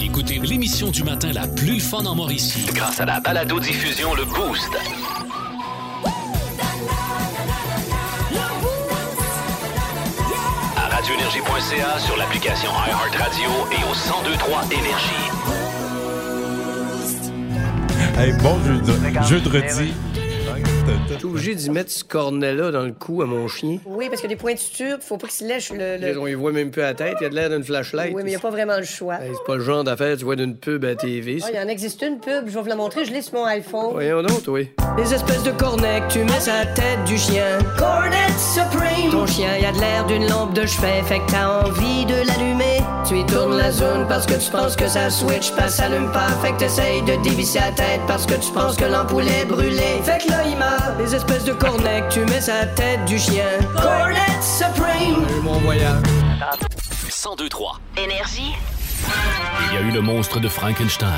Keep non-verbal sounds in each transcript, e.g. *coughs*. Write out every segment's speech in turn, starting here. Écoutez l'émission du matin la plus fun en Mauricie. Grâce à la balado-diffusion Le Boost. À radioénergie.ca, sur l'application iHeartRadio et au 1023 Énergie. Hey, bon jeudi. Jeudi. T'es obligé d'y mettre ce cornet-là dans le cou à mon chien. Oui, parce que des points de suture, faut pas qu'il lèche le. le- On y voit même plus à la tête, il y a de l'air d'une flashlight. Oui, mais il n'y a pas vraiment le choix. Ben, Hey, C'est pas le genre d'affaire, tu vois, d'une pub à TV. Ah, ça. Il y en existe une pub, je vais vous la montrer, je l'ai sur mon iPhone. Voyons donc, oui. Les espèces de cornets que tu mets à la tête du chien. Cornet Supreme! Ton chien, il a de l'air d'une lampe de chevet, fait que t'as envie de l'allumer. Tu y tournes la zone parce que tu penses que ça switch, pas s'allume pas, fait que t'essayes de dévisser la tête parce que tu penses que l'ampoule est brûlée. Fait que là, il meurt. Les espèces de cornets que tu mets à la tête du chien. Cornet Supreme! Mon voyage. 1023. Énergie. Il y a eu le monstre de Frankenstein,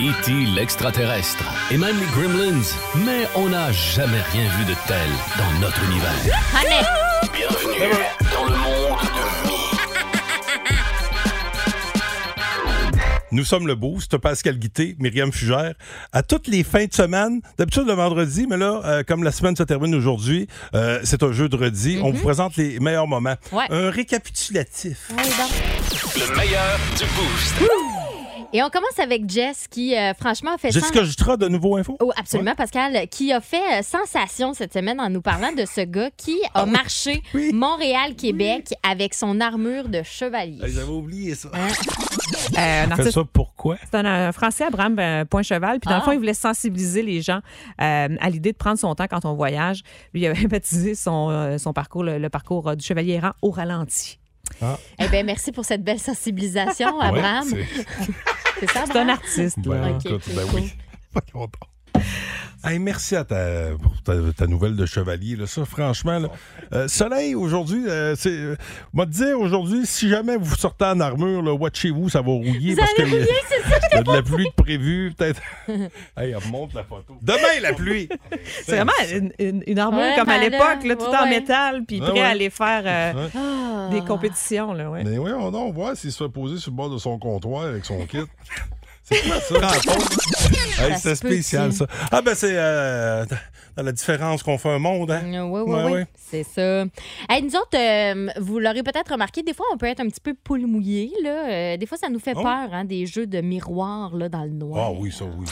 E.T. l'extraterrestre et même les Gremlins, mais on n'a jamais rien vu de tel dans notre univers. Allez, Bienvenue dans le monde de Mi. Nous sommes le boost. Pascal Guité, Myriam Fugère. À toutes les fins de semaine, d'habitude le vendredi, mais là, euh, comme la semaine se termine aujourd'hui, euh, c'est un jeudi. On vous présente les meilleurs moments. Mhm. Ouais. Un récapitulatif. Oui, donc. Le meilleur du Boost. Et on commence avec Jess qui, euh, franchement, a fait J'ai ça. ce que je de nouveaux infos. Oh, absolument, Pascal, qui a fait euh, sensation cette semaine en nous parlant de ce gars qui a marché Ah Oui. Montréal-Québec avec son armure de chevalier. Hey, J'avais oublié ça. Euh, un Fais artiste, ça pourquoi? c'est un, un Français, Abraham euh, Poincheval. Puis dans Ah. le fond, il voulait sensibiliser les gens euh, à l'idée de prendre son temps quand on voyage. Lui, il avait *laughs* baptisé son, euh, son parcours, le, le parcours euh, du chevalier errant au ralenti. Eh bien, merci pour cette belle sensibilisation, Abraham. Ouais, c'est ça, C'est un Abraham? artiste. Ben, là. Ok, écoute, c'est ben cool. oui. Voyons donc. Hey, merci à ta, pour ta, ta nouvelle de chevalier. Là. Ça, franchement, là, euh, soleil aujourd'hui, euh, c'est. euh, moi te dire aujourd'hui, si jamais vous sortez en armure, là, watchez-vous, ça va rouiller Ça parce que allait il y a- rien, c'est ça. il y a de la pluie de prévu. Peut-être. hey, elle monte la photo. Demain la *laughs* pluie. C'est vraiment une, une- une armure Ouais, comme à ben là, l'époque, là, tout ouais, en ouais. métal, puis Ouais, prêt ouais. à aller faire euh, Ah. des compétitions. Là, ouais. Mais oui, on, on voit s'il se fait poser sur le bord de son comptoir avec son kit. *laughs* C'est quoi ça? Hey, Ça c'est se peut, spécial, tu. ça. Ah, ben, c'est euh, dans la différence qu'on fait un monde, hein? Euh, Oui, oui, Ouais, oui. ouais. C'est ça. Hey, nous autres, euh, vous l'aurez peut-être remarqué, des fois, on peut être un petit peu poule mouillée. Là. Euh, des fois, ça nous fait Oh. peur, hein, des jeux de miroirs là, dans le noir. Ah oui, ça, oui.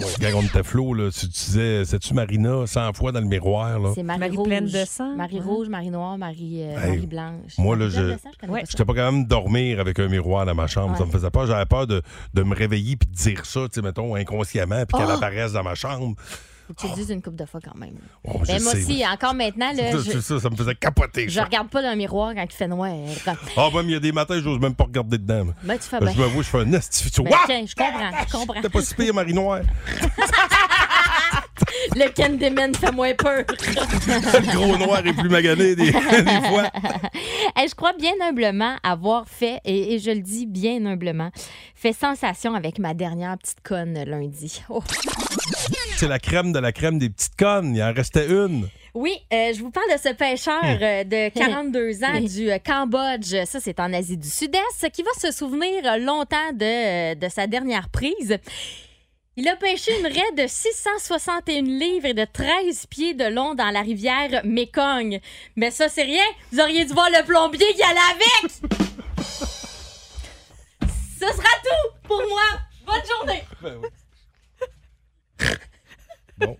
Ouais. Quand on était flot, là, tu disais, c'est-tu Marina 100 fois dans le miroir, là? C'est Marie, Marie rouge. pleine de sang. Marie Ouais. rouge, Marie noire, Marie, euh, Oh. Hey, Marie blanche. moi, là, Marie pleine je- de sang, connais Ouais. pas ça. J'étais pas quand même dormir avec un miroir dans ma chambre. Ouais. Ça me faisait peur. J'avais peur de, de me réveiller puis de dire ça, tu sais, mettons, inconsciemment, puis qu'elle Oh! apparaisse dans ma chambre. Faut que tu le dises une coupe de fois quand même. Oh, je Ben, moi sais, aussi, encore maintenant, là, Ça, je, ça, ça me faisait capoter. je ça. regarde pas dans le miroir quand il fait noir. Ah, même, il y a des matins, j'ose même pas regarder dedans. là. Ben, tu fais bien. Je m'avoue, je fais un esti. Ben, Ouah! tiens, je comprends, je comprends. T'es pas si pire, Marie Noire. Le Candyman fait moins peur. *laughs* Le gros noir est plus magané des, *laughs* des fois. Hey, je crois bien humblement avoir fait, et, et je le dis bien humblement, fait sensation avec ma dernière petite conne lundi. Oh. C'est la crème de la crème des petites connes. Il en restait une. Oui, euh, je vous parle de ce pêcheur euh, de 42 ans du euh, Cambodge, ça c'est en Asie du Sud-Est, qui va se souvenir euh, longtemps de, euh, de sa dernière prise. Il a pêché une raie de 661 livres et de 13 pieds de long dans la rivière Mekong. Mais ça, c'est rien. Vous auriez dû voir le plombier qui allait avec. Ce sera tout pour moi. Bonne journée. Ben *laughs* Bon.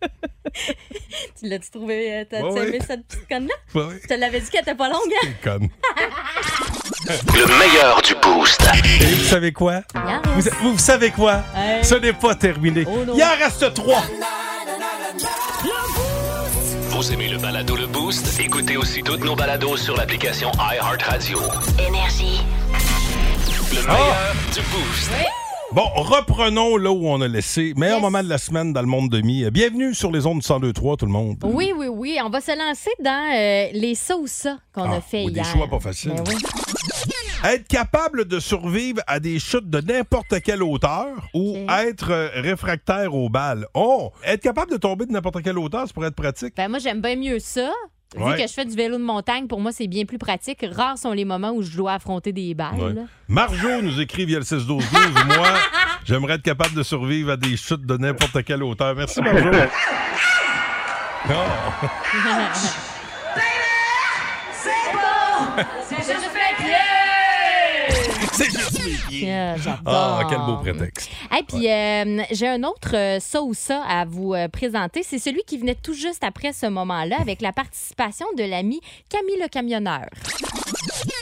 Tu l'as-tu trouvé? euh, T'as-tu Ouais, ouais. aimé cette petite conne-là? Ouais, ouais. Je te l'avais dit qu'elle était pas longue, hein? Des connes. Le meilleur du Boost. Et vous savez quoi? Vous, Yes. vous- vous savez quoi? Hey. Ce n'est pas terminé. Oh non. Il en reste trois. Vous aimez le balado Le Boost? Écoutez aussi toutes nos balados sur l'application iHeartRadio. énergie. Le meilleur du Boost. Bon, reprenons là où on a laissé. Meilleur Yes. moment de la semaine dans le monde demi. Euh, Bienvenue sur les ondes 102.3, tout le monde. Oui, oui, oui. On va se lancer dans euh, les ça ou ça qu'on Ah, a fait oui, des hier. choix pas faciles. Ben oui. Être capable de survivre à des chutes de n'importe quelle hauteur ou Ok. être euh, réfractaire aux balles. Oh, être capable de tomber de n'importe quelle hauteur, ça pourrait être pratique. Ben, moi, j'aime bien mieux ça. Vu Ouais. que je fais du vélo de montagne, pour moi, c'est bien plus pratique. Rares sont les moments où je dois affronter des balles. Ouais. là. Marjo nous écrit via le 6 12 12 *laughs* Moi, j'aimerais être capable de survivre à des chutes de n'importe quelle hauteur. Merci, Marjo. Oh. C'est juste mes pieds. Ah, j'adore. Ah, quel beau prétexte. Et puis, euh, j'ai un autre euh, ça ou ça à vous euh, présenter. C'est celui qui venait tout juste après ce moment-là avec la participation de l'ami Camille le camionneur.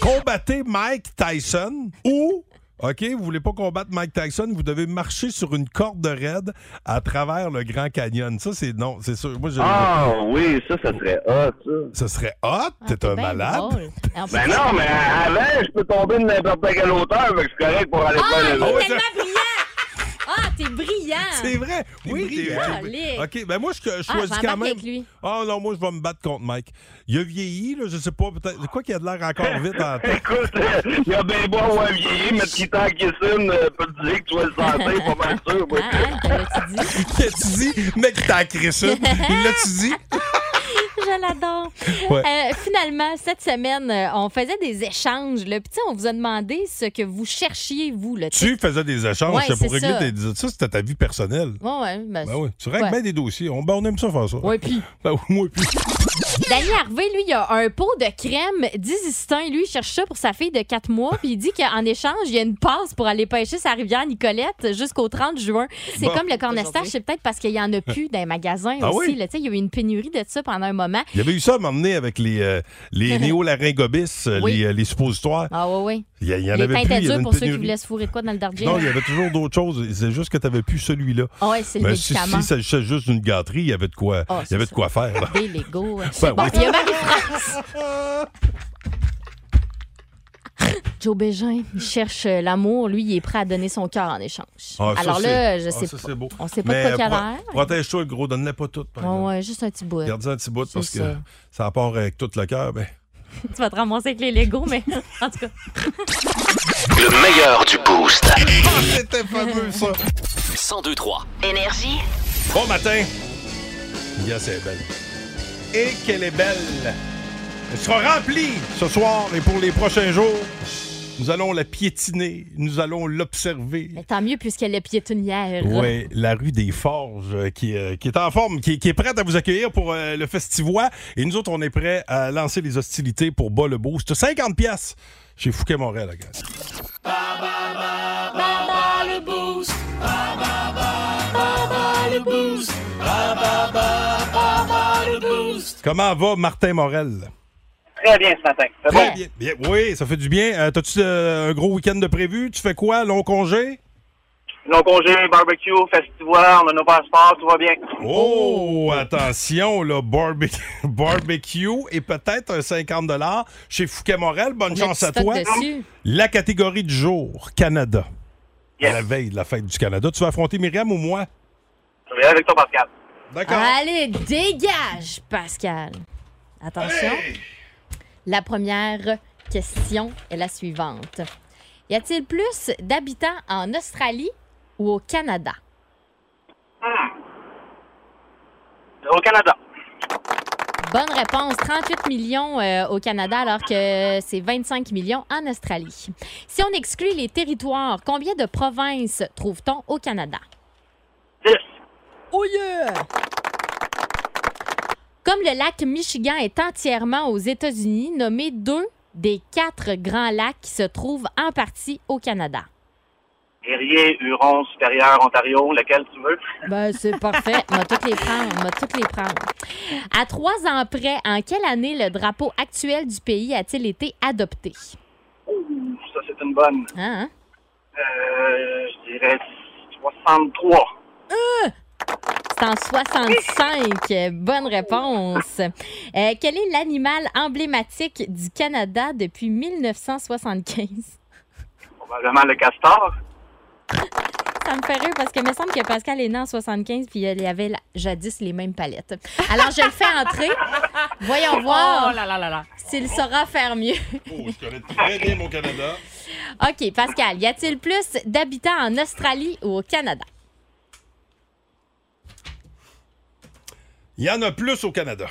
Combattez Mike Tyson ou. OK, vous voulez pas combattre Mike Tyson, vous devez marcher sur une corde de raid à travers le Grand Canyon. Ça, c'est non, c'est sûr. Moi, je, Ah oui, ça, ça serait hot, ça. ce serait hot, t'es Ah, un bien malade. drôle. En plus- Ben non, mais avant, je peux tomber de n'importe quelle hauteur, fait que je suis correct pour aller Ah, il faire est les autres. tellement brillant! Ah, t'es brillant! C'est vrai. Oui, t'es- Calique. OK, ben moi, je, je Ah, je choisis vais quand embarquer même. avec lui. Ah non, moi, je vais me battre contre Mike. Il a vieilli, là, je sais pas, peut-être. C'est quoi qu'il a de l'air encore vite en *laughs* *laughs* tête? Écoute, euh, il y a bien beau avoir vieilli, mais qui tant qu'il sonne, euh, peut te dire que tu vas le sentir, pas mal sûr. moi. Hein, hein, te l'as-tu dit? Qu'as-tu dit? Mec, t'as crissé. Il l'a-tu dit? Je l'adore. *laughs* Ouais. Euh, finalement, cette semaine, euh, on faisait des échanges. Le petit, on vous a demandé ce que vous cherchiez, vous. Là, tu sais. Tu faisais des échanges Ouais, c'est pour c'est régler ça. tes- tes. Ça, c'était ta vie personnelle. Ouais, ouais, ben, Ben oui. Tu règles Ouais. bien des dossiers. On, ben, on aime ça faire ça. Ouais, puis Ben oui, moi, puis. Danny Harvey, lui, il a un pot de crème d'Isistin. Lui, il cherche ça pour sa fille de 4 mois. Puis il dit qu'en échange, il y a une passe pour aller pêcher sa rivière Nicolette jusqu'au 30 juin. C'est Bon. comme le cornestage, c'est peut-être parce qu'il y en a plus dans les magasins Ah aussi. oui? là. Tu sais, il y a eu une pénurie de ça pendant un moment. Il y avait eu ça à m'emmener avec les, euh, *laughs* les néolaryngobis, euh, Oui. les, euh, les suppositoires. Ah ouais, ouais. Il y, il y en Les avait plus. teintes il y avait dures une pour ceux qui pénurie. voulaient se fourrer de quoi dans le dardier. Non, il y avait toujours d'autres choses. C'est juste que t'avais plus celui-là. Ah ouais, c'est le Mais si, médicament. Ben, si ça s'agissait juste d'une gâterie, il y avait de quoi, Ah, il y avait c'est de quoi faire. là. Des Legos. Ben bon, oui. il y a Marie-France. *laughs* Joe Bégin, il cherche euh, l'amour. Lui, il est prêt à donner son cœur en échange. Ah, ça, *laughs* Alors là, c'est- je ah, sais ça, pas. c'est beau. On sait pas de quoi qu'il a pro- l'air. Ah Protège-toi, le gros, donne-la pas toute. par Ouais, exemple. ouais, juste un petit bout. hein. Gardez un petit bout C'est parce que ça. ça part avec tout le cœur. Ben. *laughs* Tu vas te ramasser avec les Legos, mais *laughs* en tout cas. Le meilleur du Boost. *laughs* Ah, c'était fameux, ça! 102-3. Énergie. Bon matin! Yes, elle est belle. Et qu'elle est belle! Elle sera remplie ce soir et pour les prochains jours. Nous allons la piétiner, nous allons l'observer. Mais tant mieux puisqu'elle est piétonnière. Oui, la rue des Forges euh, qui, euh, qui est en forme, qui, qui est prête à vous accueillir pour euh, le festivois. Et nous autres, on est prêts à lancer les hostilités pour bas le boost. 50 pièces chez Fouquet Montréal, la gars. Comment va Martin Morel? Très bien ce matin. C'est bon. Ouais. Bien, bien. Oui, ça fait du bien. Euh, T'as-tu euh, un gros week-end de prévu? Tu fais quoi? Long congé? Nos congés, barbecue, festival, on a nos passeports, tout va bien. Oh, attention, là, barbe- *laughs* barbecue et peut-être un 50 chez Fouquet Morel. Bonne On a chance du à stock toi. dessus. La catégorie du jour, Canada. Yes. À la veille de la fête du Canada. Tu vas affronter Myriam ou moi? Je vais avec toi, Pascal. D'accord. Allez, dégage, Pascal. Attention. La première question est la suivante. Y a-t-il plus d'habitants en Australie ou au Canada? Au Canada. Bonne réponse, 38 millions euh, au Canada alors que c'est 25 millions en Australie. Si on exclut les territoires, combien de provinces trouve-t-on au Canada? 10. Oh yeah! Comme le lac Michigan est entièrement aux États-Unis, nommez deux des quatre grands lacs qui se trouvent en partie au Canada. Guerrier, Huron, Supérieur, Ontario, lequel tu veux. Ben, c'est parfait. On va toutes les prendre. On va toutes les prendre. À trois ans près, en quelle année le drapeau actuel du pays a-t-il été adopté? Ouh, ça, c'est une bonne. Hein, hein? Euh, je dirais 63. C'est en 65. Bonne réponse. Euh, quel est l'animal emblématique du Canada depuis 1975? Probablement le castor. Ça me fait rire parce que il me semble que Pascal est né en 75 puis il y avait la- jadis les mêmes palettes. Alors, je le fais entrer. Voyons voir Oh là là là là. s'il saura faire mieux. Oh, je connais très bien mon Canada. OK, Pascal, y a-t-il plus d'habitants en Australie ou au Canada? Il y en a plus au Canada.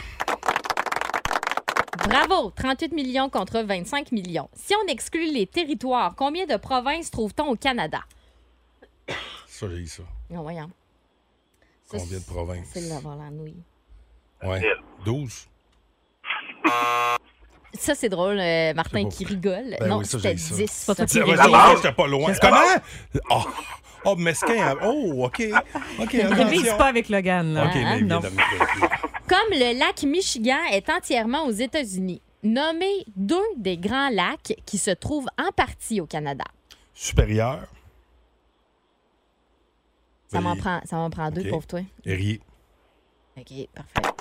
Bravo! 38 millions contre 25 millions. Si on exclut les territoires, combien de provinces trouve-t-on au Canada? Ça, j'ai eu ça. Oh, voyons. Ça, Combien de c'est- provinces? C'est d'avoir la nouille. Ouais. 12. Ça, c'est drôle, euh, Martin beau. qui rigole. Ben non, oui, ça, c'était j'ai ça. 10. pas Tiens, ouais, La c'est base. vrai, j'étais pas loin. Comment? Oh, oh mesquin. Oh, OK. OK, Ne rivise attention. pas avec Logan, là. hein? OK, hein? mais non. évidemment. Comme le lac Michigan est entièrement aux États-Unis, nommez deux des grands lacs qui se trouvent en partie au Canada. Supérieur. Ça m'en Oui. prend, ça m'en prend deux, OK. pauvre toi. Riez. OK, parfait.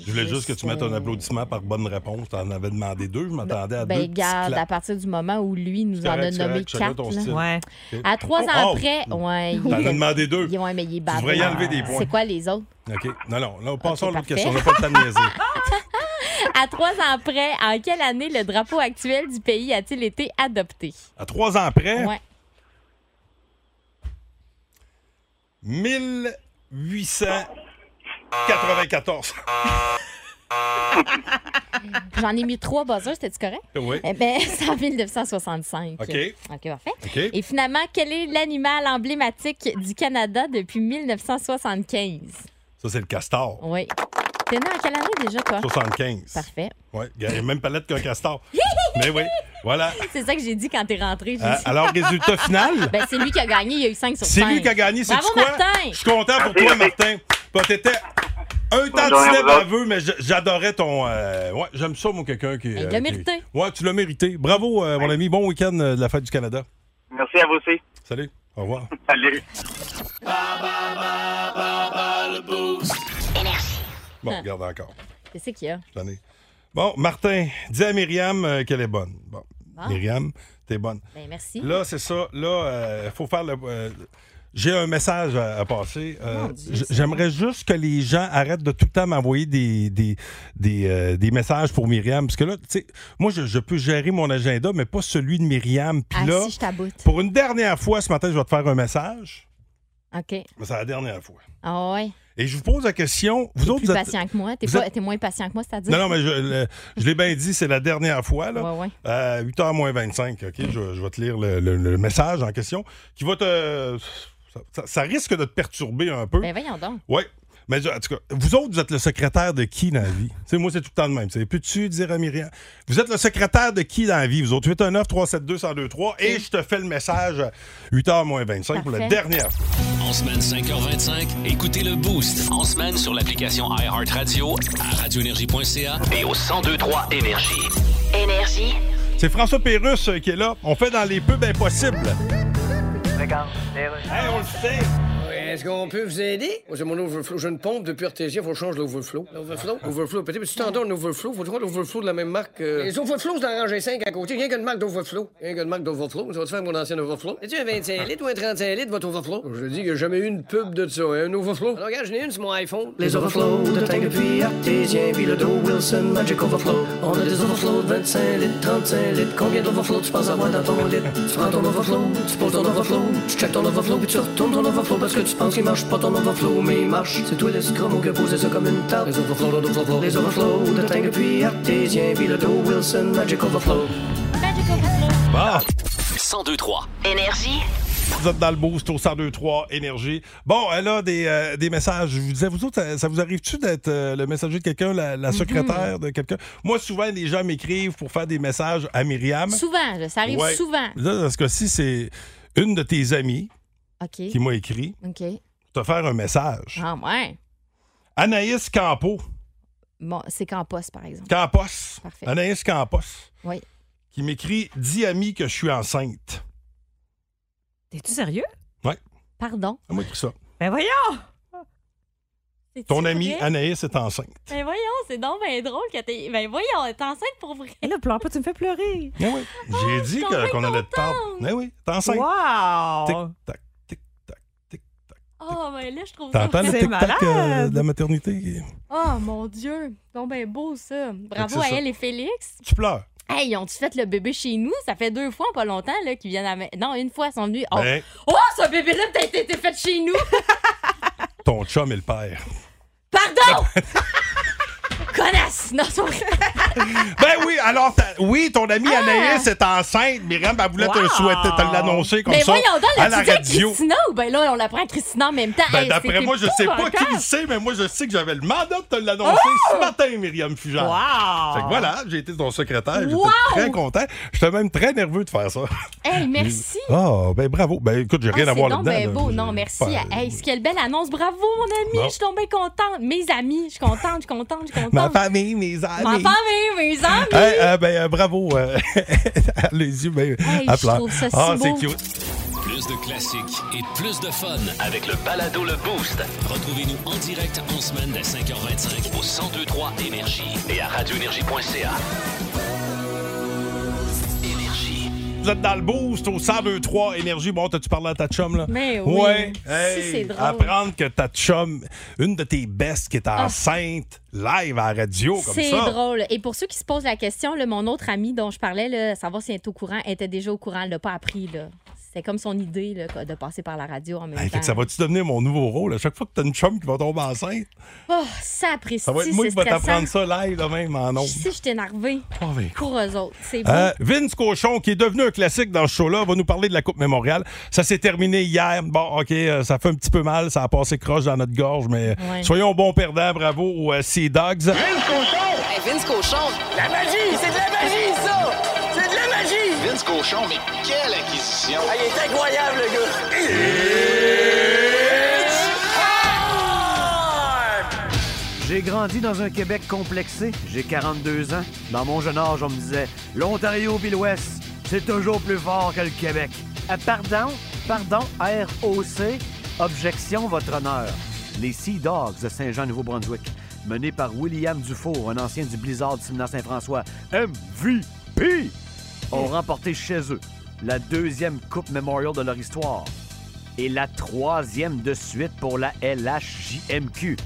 Je voulais juste que tu mettes un applaudissement par bonne réponse. T'en avais demandé deux. Je m'attendais à deux. euh, Ben, petits garde, à claps. partir du moment où lui nous C'est en a correct, c'est nommé correct, chacun ton quatre, là. style. Ouais. à trois Oh, ans oh! après, ouais, il T'en as était- demandé deux. il- ouais, mais il Tu est bavard. devrais y enlever des points. C'est quoi les autres? OK. Non, non. Là, passons OK, à l'autre parfait. question. On n'a pas le temps de *laughs* niaiser. À trois ans près, en quelle année le drapeau actuel du pays a-t-il été adopté? À trois ans près, Ouais. 1894. *laughs* J'en ai mis trois buzzers, c'était-tu correct? Oui. Eh bien, *laughs* c'est en 1965. OK. OK, parfait. OK. Et finalement, quel est l'animal emblématique du Canada depuis 1975? Ça, c'est le castor. Oui. T'es né en quelle année déjà, toi? 75. Parfait. Oui, il y a la même palette qu'un *laughs* castor. Mais oui, voilà. C'est ça que j'ai dit quand t'es rentré. j'ai Euh, dit- alors, résultat final, Ben, c'est lui qui a gagné, il y a eu 5 sur 5. c'est lui qui a gagné. C'est Bravo, quoi? Martin! Je suis content pour toi, Martin. Bah, T'étais un journée, tantinet vous autres. baveux, mais je- j'adorais ton. euh, ouais, j'aime ça, mon quelqu'un qui. Il euh, l'a qui- mérité. Ouais, tu l'as mérité. Bravo, euh, mon ami. Bon week-end euh, de la fête du Canada. Merci à vous aussi. Salut. Au revoir. *laughs* Salut. Bon, Hein. regarde encore. Qu'est-ce qu'il y a? cette année. Bon, Martin, dis à Myriam euh, qu'elle est bonne. Bon. Ah. Myriam, t'es bonne. Ben, merci. Là, c'est ça. Là, il faut faire le. euh, j'ai un message à, à passer. Euh, j- J'aimerais juste que les gens arrêtent de tout le temps m'envoyer des, des, des, euh, des messages pour Myriam. Parce que là, tu sais, moi, je, je peux gérer mon agenda, mais pas celui de Myriam. Puis Ah, là, si, je t'aboute. pour une dernière fois, ce matin, je vais te faire un message. OK. Mais c'est la dernière fois. Ah ouais. Et je vous pose la question. Vous T'es autres, plus vous êtes- patient que moi. T'es vous pas- êtes- t'es moins patient que moi, c'est-à-dire? Non, non, mais je, le- je l'ai bien dit, c'est la dernière fois. Là. Ouais, ouais. À 8h Euh, moins 25, OK? Je, je vais te lire le, le- le message en question qui va te. Ça, ça- ça risque de te perturber un peu. Ben, voyons donc. Oui. Mais en tout cas, vous autres, vous êtes le secrétaire de qui dans la vie? Tu sais, moi, c'est tout le temps le même. C'est peux-tu dire à Myriam? Vous êtes le secrétaire de qui dans la vie? Vous autres, 819-372-1023 et je te fais le message à 8h moins 25 pour la Parfait. dernière fois. En semaine 5h25, écoutez le Boost. En semaine sur l'application iHeartRadio À radioénergie.ca, et au 1023 Énergie. Énergie. C'est François Pérus euh, qui est là. On fait dans les pubs impossibles. Hey, on le sait! Est-ce qu'on peut vous aider? Moi, c'est mon overflow. J'ai une pompe depuis RTG, faut que je change l'overflow. L'overflow? Overflow. Peut-être, mais tu t'endors un overflow. Faut trouver l'overflow de la même marque. euh. Les overflows, je t'en rangeais 5 à côté. Rien qu'une marque d'overflow. Rien qu'une marque d'overflow. Ça va te faire mon ancien overflow. Es-tu un 25 litres ou un 35 litres, votre overflow? Je dis qu'il n'y a jamais eu une pub de ça. hein, Un overflow. Alors, regarde, j'en ai une sur mon iPhone. Les overflows de Tank depuis Artésien, puis le dos Wilson Magic Overflow. On a des overflows de 25 litres, 35 litres. Combien d'overflows tu penses avoir dans ton lit? Tu prends ton overflow, tu poses ton overflow, tu check ton overflow, puis tu retournes ton overflow parce que tu penses qu'il marche pas ton overflow, mais il marche. C'est toi l'escroc qui a posé ça comme une table. Les overflows, les overflows, les overflows de Tank depuis Artésien, puis le dos Wilson Magic Overflow. Magic Overflow. Bon! 1023 Énergie. Vous êtes dans le boost au 1023 Énergie. Bon, elle a des, euh, des messages. Je vous disais, vous autres, ça, ça vous arrive-tu d'être euh, le messager de quelqu'un, la, Mhm. la secrétaire de quelqu'un? Moi, souvent, les gens m'écrivent pour faire des messages à Myriam. Souvent, là, ça arrive Ouais. souvent. Là, dans ce cas-ci, c'est une de tes amies OK. qui m'a écrit OK. pour te faire un message. Ah, ouais. Ah. Anaïs Campo, Bon, c'est qu'en poste, par exemple. Campos. Parfait. Anaïs Campos, Oui. qui m'écrit Dis ami que je suis enceinte. T'es-tu sérieux? Pardon. Elle m'a écrit ça. Ben voyons! C'est-tu Ton amie vrai? Anaïs est enceinte. Ben voyons, c'est donc bien drôle que t'es. Ben voyons, t'es enceinte pour vrai. Et là, pleure pas, tu me fais pleurer. Eh oui. J'ai dit Ah, donc que- bien qu'on allait te parler. contente. Eh oui, t'es enceinte. Wow! Tic-tac, tic-tac, tic-tac. Oh, ben là, je trouve ça. T'entends le C'est tic-tac euh, malade. de la maternité? qui- Oh mon Dieu, donc ben beau ça. Bravo c'est à ça. elle et Félix. Tu pleures. Hey, ils ont-tu fait le bébé chez nous? Ça fait deux fois, pas longtemps, là, qu'ils viennent à. ma- Non, une fois, ils sont venus. Oh, Ben, oh ce bébé-là, peut-être été fait chez nous! ton chum est le père. *laughs* Pardon! Connasse! Non, c'est pas vrai. Ben oui, alors, t'as- oui, ton amie Ah. Anaïs est enceinte. Myriam, elle voulait te le Wow. souhaiter, te l'annoncer comme Mais ça Ben, voyons donc, à la la à radio. Christina ou ben là, on l'apprend à Christina en même temps. Ben, Hey, d'après c'était moi, je sais fou pas qui encore. Oh. le sait, mais moi, je sais que j'avais le mandat de te l'annoncer ce matin, Myriam Fugère. Wow! Fait que voilà, j'ai été ton secrétaire, j'étais Wow! très content. J'étais même très nerveux de faire ça. Hey, merci! Ah, ben bravo. Ben écoute, j'ai Ah, rien à c'est voir donc là-dedans. ben là. beau. J'ai- Non, merci. Ben, Hey, c'est quelle belle annonce. Bravo, mon ami. Bon. Je suis donc bien contente. Mes amis, je suis contente, je suis contente, je suis Ma contente. famille, mes Ma amis. famille, mes amis. Hey, euh, ben, euh, bravo. euh, *laughs* Allez-y, ben, Hey, à je pleure. trouve ça si Ah, beau. c'est cute. Plus de classiques et plus de fun. Avec le balado Le Boost Retrouvez-nous en direct en semaine dès 5h25. au 1023 Énergie et à radioénergie.ca. Énergie. Vous êtes dans le boost au 1023 Énergie. Bon, t'as-tu parlé à ta chum, là? Mais oui. Ouais. Si, Hey, c'est drôle. Apprendre que ta chum, une de tes bestes qui est enceinte, live à la radio, Oh, comme ça. Ah. C'est drôle. Et pour ceux qui se posent la question, là, mon autre ami dont je parlais, là, savoir si elle est au courant, elle était déjà au courant, elle l'a pas appris. là. C'est comme son idée là, de passer par la radio en même Hey, Ben, fait temps. que ça va-tu devenir mon nouveau rôle? À chaque fois que t'as une chum qui va tomber enceinte, Oh, ça apprécie, ça va être moi c'est qui va stressant. t'apprendre ça live de même en ondes. Si je t'ai énervé Ah, ben, pour eux autres, c'est beau. Euh, Vince Cochon, qui est devenu un classique dans ce show-là, va nous parler de la Coupe Mémoriale. Ça s'est terminé hier. Bon, OK, euh, ça fait un petit peu mal. Ça a passé croche dans notre gorge, mais Ouais. soyons bons perdants. Bravo aux euh, Sea Dogs. Vince Cochon, La magie! C'est de la magie, ça! C'est de la magie! Vince Cochon, mais quelle acquisition! il est incroyable, le gars! J'ai grandi dans un Québec complexé. J'ai 42 ans. Dans mon jeune âge, on me disait l'Ontario puis l'Ouest, c'est toujours plus fort que le Québec. Ah, pardon, pardon, ROC, objection, votre honneur. Les Sea Dogs de Saint-Jean-Nouveau-Brunswick, menés par William Dufour, un ancien du Blizzard du Séminaire Saint-François, MVP, ont remporté chez eux la deuxième Coupe Memorial de leur histoire et la troisième de suite pour la LHJMQ.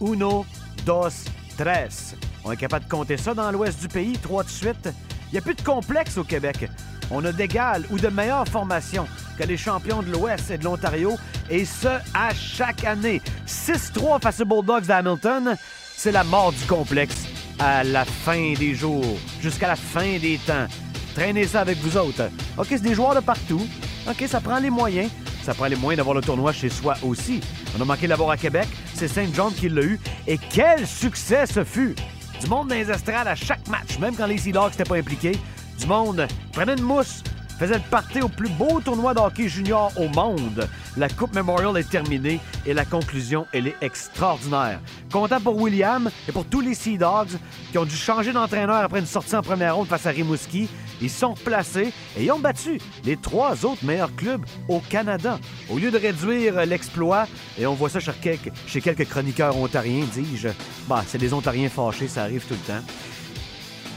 Uno, dos, tres. On est capable de compter ça dans l'ouest du pays, trois de suite. Il n'y a plus de complexe au Québec. On a d'égal ou de meilleure formation que les champions de l'Ouest et de l'Ontario, et ce, à chaque année. 6-3 face aux Bulldogs d'Hamilton, c'est la mort du complexe à la fin des jours, jusqu'à la fin des temps. Traînez ça avec vous autres. OK, c'est des joueurs de partout. OK, ça prend les moyens. Ça prend les moyens d'avoir le tournoi chez soi aussi. On a manqué de l'avoir à Québec. C'est Saint-Jean qui l'a eu. Et quel succès ce fut! Du monde dans les estrades à chaque match, même quand les Sea Dogs n'étaient pas impliqués. Du monde prenait une mousse, faisait le party au plus beau tournoi de hockey junior au monde. La Coupe Memorial est terminée et la conclusion, elle est extraordinaire. Content pour William et pour tous les Sea Dogs qui ont dû changer d'entraîneur après une sortie en première ronde face à Rimouski. Ils sont replacés et ils ont battu les trois autres meilleurs clubs au Canada. Au lieu de réduire euh, l'exploit, et on voit ça chez quelques, chez quelques chroniqueurs ontariens, dis-je, bah, c'est des Ontariens fâchés, ça arrive tout le temps.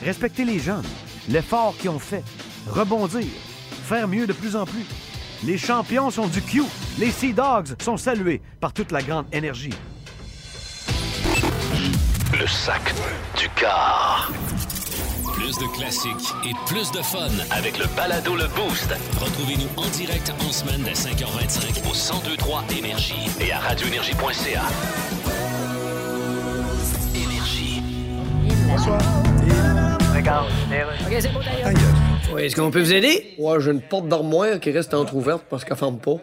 Respecter les jeunes, l'effort qu'ils ont fait, rebondir, faire mieux de plus en plus. Les champions sont du Q. Les Sea Dogs sont salués par toute la grande énergie. Le sac du car. Plus de classiques et plus de fun. Avec le balado Le Boost Retrouvez-nous en direct en semaine dès 5h25. au 1023 Énergie et à radioénergie.ca. Énergie. Oui, est-ce qu'on peut vous aider? Ouais, j'ai une porte d'armoire qui reste entrouverte parce qu'elle ferme pas.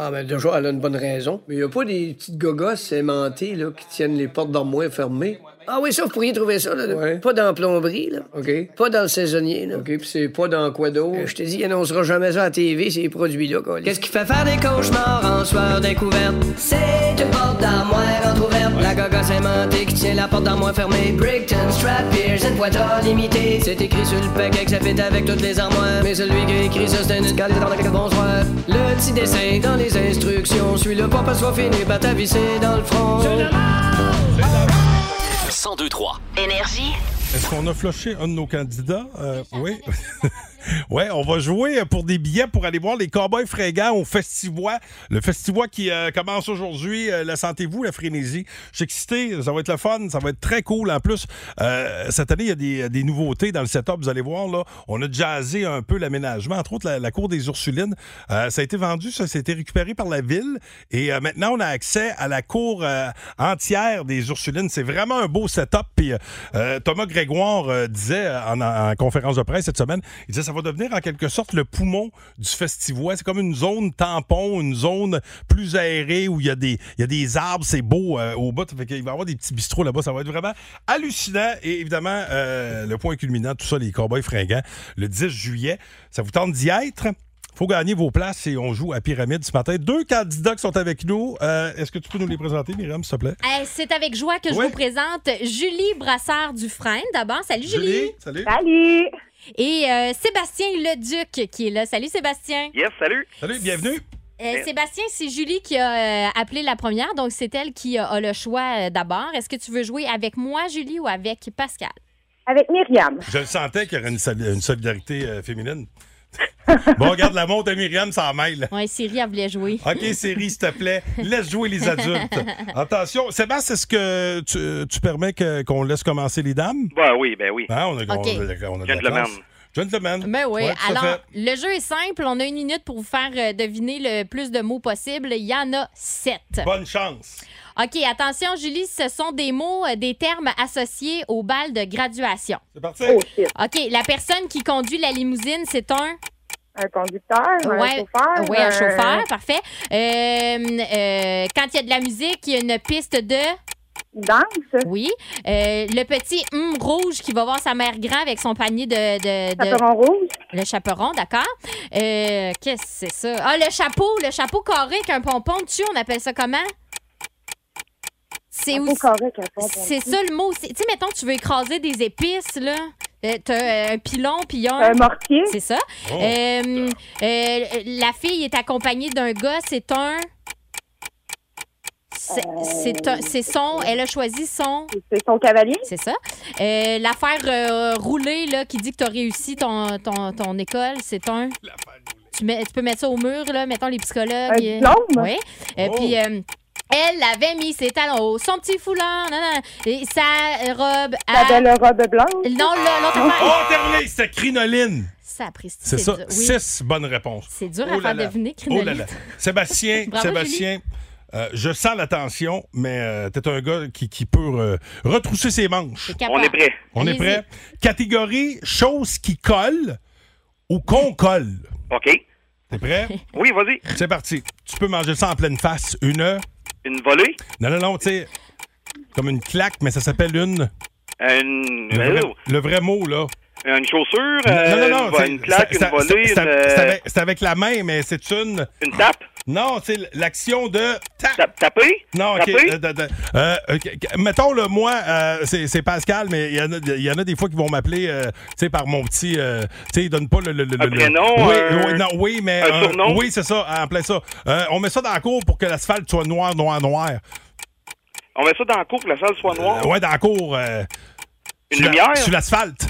Ah, ben déjà, elle a une bonne raison. Mais il a pas des petites gogosses aimantées là, qui tiennent les portes d'armoire fermées. Ah oui, ça, vous pourriez trouver ça. Là, là. Pas dans la plomberie, là. OK. Pas dans le saisonnier, là. OK, puis c'est pas dans quoi d'autre? je te dis, il annoncera jamais ça à la TV, ces produits-là, qu'on lit. Qu'est-ce qui fait faire des cauchemars en soir découverte? C'est une porte d'armoire entrouverte. La gogosse aimantée qui tient la porte d'armoire fermée. Brickton, strap, Pearson, poitrine limitée. C'est écrit sur le paquet que ça fait avec toutes les armoires. Mais celui qui a écrit ça, c'est un escalier dans lequel bonsoir. Le petit dessin dans les instructions. Suis-le pas parce qu'on finit par t'avisser dans le front. 1023. Énergie. Est-ce qu'on a floché un de nos candidats? Euh, oui. *laughs* ouais, on va jouer pour des billets pour aller voir les Cowboys fringants au Festivois. Le Festivois qui euh, commence aujourd'hui. Euh, la sentez-vous, la frénésie? Je suis excité. Ça va être le fun. Ça va être très cool. En plus, euh, cette année, il y a des, des nouveautés dans le setup. Vous allez voir, là, on a jazzé un peu l'aménagement. Entre autres, la, la cour des Ursulines. Euh, ça a été vendu. Ça, ça a été récupéré par la ville. Et euh, maintenant, on a accès à la cour euh, entière des Ursulines. C'est vraiment un beau setup. Puis euh, euh, Thomas Grégoire euh, disait euh, en, en conférence de presse cette semaine, il disait ça va devenir en quelque sorte le poumon du festivois. C'est comme une zone tampon, une zone plus aérée où il y a des, il y a des arbres, c'est beau euh, au bout. Fait qu'il va y avoir des petits bistrots là-bas. Ça va être vraiment hallucinant. Et évidemment, euh, le point culminant, de tout ça, les cowboys fringants, le 10 juillet. Ça vous tente d'y être? faut gagner vos places et on joue à Pyramide ce matin. Deux candidats qui sont avec nous. Euh, Est-ce que tu peux nous les présenter, Myriam, s'il te plaît? Eh, c'est avec joie que je Ouais. vous présente Julie Brassard Dufresne. D'abord, salut Julie. salut. Bah. Salut. Et euh, Sébastien Leduc qui est là. Salut Sébastien. Yes, salut. Salut, bienvenue. Euh, Sébastien, c'est Julie qui a euh, appelé la première, donc c'est elle qui a, a le choix euh, d'abord. Est-ce que tu veux jouer avec moi, Julie, ou avec Pascal? Avec Myriam. Je le sentais qu'il y aurait une, soli- une solidarité euh, féminine. *laughs* bon, regarde la montre à Myriam, ça en mêle. Oui, Siri, elle voulait jouer. OK, série, s'il te plaît, laisse jouer les adultes. Attention, Sébastien, est-ce que tu, tu permets que- qu'on laisse commencer les dames? Ben oui, ben oui. Hein, on a, on OK. a- on a de la Gentleman. classe. Gentleman. Ben oui, Ouais, tout à alors fait. le jeu est simple. On a une minute pour vous faire euh, deviner le plus de mots possible. Il y en a sept. Bonne chance. OK, attention, Julie, ce sont des mots, euh, des termes associés au bal de graduation. C'est parti. Oh. OK, la personne qui conduit la limousine, c'est un. Un conducteur, un chauffeur, Oui, un un- chauffeur, parfait. Euh, euh, quand il y a de la musique, il y a une piste de. Danse. Oui. Euh, le petit hum rouge qui va voir sa mère grand avec son panier de. de, de- Chaperon rouge. Le chaperon, d'accord. Euh, Qu'est-ce que c'est ça? Ah, le chapeau, le chapeau carré avec un pompon dessus, on appelle ça comment? C'est aussi- C'est ça le mot. C'est- Tu sais, mettons, tu veux écraser des épices, là. Euh, T'as euh, un pilon, puis il y a un... Un mortier. C'est ça. Oh. Euh, euh, la fille est accompagnée d'un gars, c'est un... C'est Euh, c'est un- c'est son... Elle a choisi son... C'est son cavalier. C'est ça. Euh, L'affaire euh, roulée, là, qui dit que t'as réussi ton, ton, ton école, c'est un... Tu, mets- tu peux mettre ça au mur, là, mettons les psychologues. Un euh, diplôme? Oui. Euh, Oh. Puis... euh, elle avait mis ses talons hauts, son petit foulard, nan, nan, et sa robe à... La belle robe blanche. Non, là, l'autre Oh, affaire. terminé, c'était crinoline. Ça, Christy, C'est ça, dur. Oui. six bonnes réponses. C'est dur à faire deviner, Oh crinoline. là là. *laughs* Sébastien, Bravo, Sébastien, euh, je sens la tension, mais euh, t'es un gars qui, qui peut euh, retrousser ses manches. capable. On est prêt. On est Allez-y. prêt. Catégorie choses qui collent ou qu'on colle. OK. T'es *laughs* prêt? Oui, vas-y. C'est parti. Tu peux manger ça en pleine face. Une. Une volée. Non, non, non, tu sais. Comme une claque, mais ça s'appelle une. Une, Le vrai, le vrai mot, là. une chaussure. euh, Non, non, une non. vo- c'est- une claque, une ça- ça- volée. c'est- une, C'est c'est euh, avec, c'est avec la main, mais c'est une. Une tape? Non, c'est l'action de. taper? Non, ok. Taper? euh, de- de- euh, ok, ok, Mettons-le, moi, euh, c'est c'est Pascal, mais il y, en a- il y en a des fois qui vont m'appeler, euh, tu sais, par mon petit. euh, tu sais, ils donnent pas le. le, le- Un le- prénom, Oui, un- oui, non, oui, mais. un surnom? oui, c'est ça, en plein ça. Euh, on met ça dans la cour pour que l'asphalte soit noir, noir, noir. On met ça dans la cour pour que la salle soit noire. Ouais, dans la cour. euh, Une sur la- lumière? sur l'asphalte.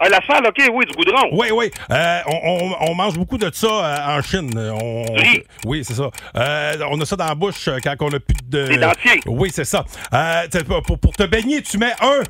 Ah, la salle, OK, oui, du goudron. Oui, oui. Euh, on, on- on mange beaucoup de ça euh, en Chine. Euh, On, Oui, c'est ça. Euh, on a ça dans la bouche euh, quand on a plus de. Des dentiers. Oui, c'est ça. Euh, t'sais, pour, pour- pour te baigner, tu mets un.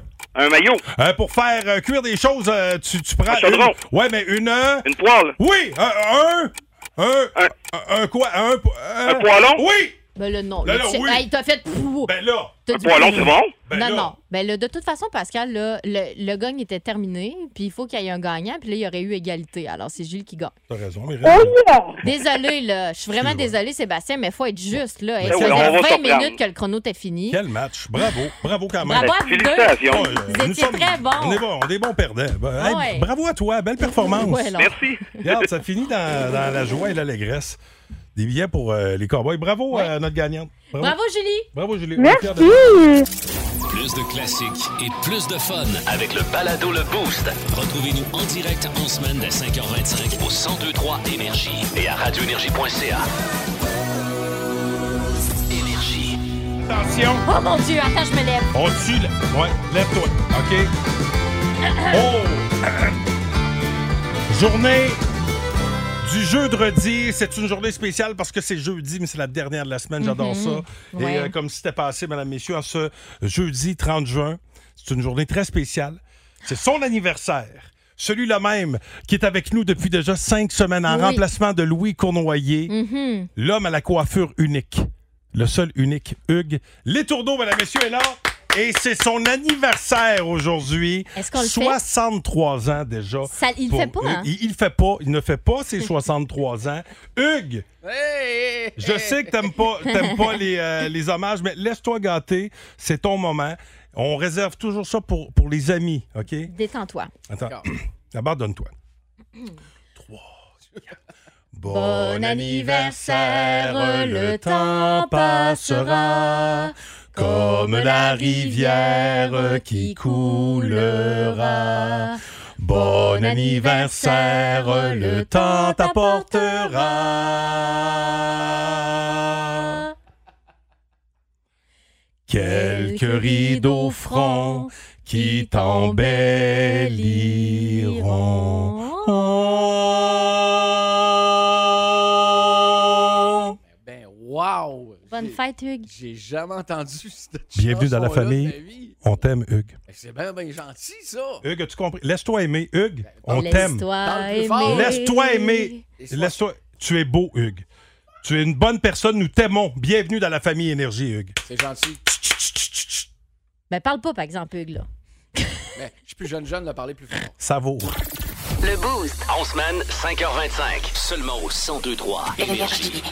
Un maillot. pour faire euh, cuire des choses, euh, tu, tu prends. Un chaudron. Une... Ouais, mais une. euh, Une poêle. Oui, un. Un. Un, un quoi? Un, po- Un poêlon? Oui! Ben là, non. Là, Là, là, tu- oui. Hey, t'as fait pou. Ben là. T'as Ah, dit- bon, alors, c'est bon? Ben non, là. non. Ben là, de toute façon, Pascal, là, le, le gang était terminé, puis il faut qu'il y ait un gagnant, puis là, il y aurait eu égalité. Alors, c'est Gilles qui gagne. T'as raison, mais Désolé, là. Je suis vraiment désolée, Sébastien, mais faut être juste, là. Ben Ça oui, faisait on va 20 se reprendre. minutes que le chrono était fini. Quel match. Bravo. Bravo quand même. Bravo à vous deux. Félicitations. Ouais, Vous Oh, nous étiez très bons. On est bons, on est bons perdants. Ben, hey, Ouais. Bravo à toi. Belle performance. Ouais, non. Merci. Regarde, ça finit dans, dans la joie et l'allégresse. Des billets pour euh, les Cowboys. Bravo à notre gagnante. Bravo, Julie. Bravo, Julie. Merci. On est fiers de toi. Plus de classiques et plus de fun avec le balado Le Boost. Retrouvez-nous en direct en semaine dès 5h25 au 1023 Énergie et à radioénergie.ca. Énergie. Attention. Oh mon Dieu, attends, je me lève. On tue. la- Ouais, lève-toi. OK? Oh! journée du jeudi. C'est une journée spéciale parce que c'est jeudi, mais c'est la dernière de la semaine. Mhm. J'adore ça. Ouais. Et euh, comme si c'était passé, mesdames, messieurs, en ce jeudi 30 juin, c'est une journée très spéciale. C'est son anniversaire. Celui-là même qui est avec nous depuis déjà cinq semaines en Oui. remplacement de Louis Cournoyer, Mhm. l'homme à la coiffure unique. Le seul unique, Hugues. Les tourneaux, mesdames, messieurs, est là. Et c'est son anniversaire aujourd'hui. Est-ce qu'on le fait? 63 ans déjà. Ça- il le Oh. pour fait pas, Hugues. hein? Il, il le fait pas. Il ne fait pas ses 63 ans. Hugues, je sais que t'aimes pas, t'aimes pas les, euh, les hommages, mais laisse-toi gâter. C'est ton moment. On réserve toujours ça pour, pour les amis, OK? Détends-toi. Attends. *coughs* D'abord, *coughs* donne-toi. *coughs* Bon anniversaire, le temps passera comme la rivière qui coulera. Bon anniversaire, le temps t'apportera. Quelques rideaux francs qui t'embelliront. Ben, wow! Bonne fête, Hugues. J'ai jamais entendu cette Bienvenue dans la chanson-là de ma famille. vie. On t'aime, Hugues. Ben, C'est bien, bien gentil, ça. Hugues, as-tu compris? Laisse-toi aimer, Hugues. On laisse-toi t'aime. Parle plus fort. aimer. Laisse-toi aimer. Laisse-toi. Tu es beau, Hugues. Tu es une bonne personne. Nous t'aimons. Bienvenue dans la famille Énergie, Hugues. C'est gentil. Ben, parle pas, par exemple, Hugues, là. Mais je suis plus jeune, jeune, de parler plus fort. Ça vaut. Le Boost. En semaine, 5h25. Seulement au 1023 Énergie.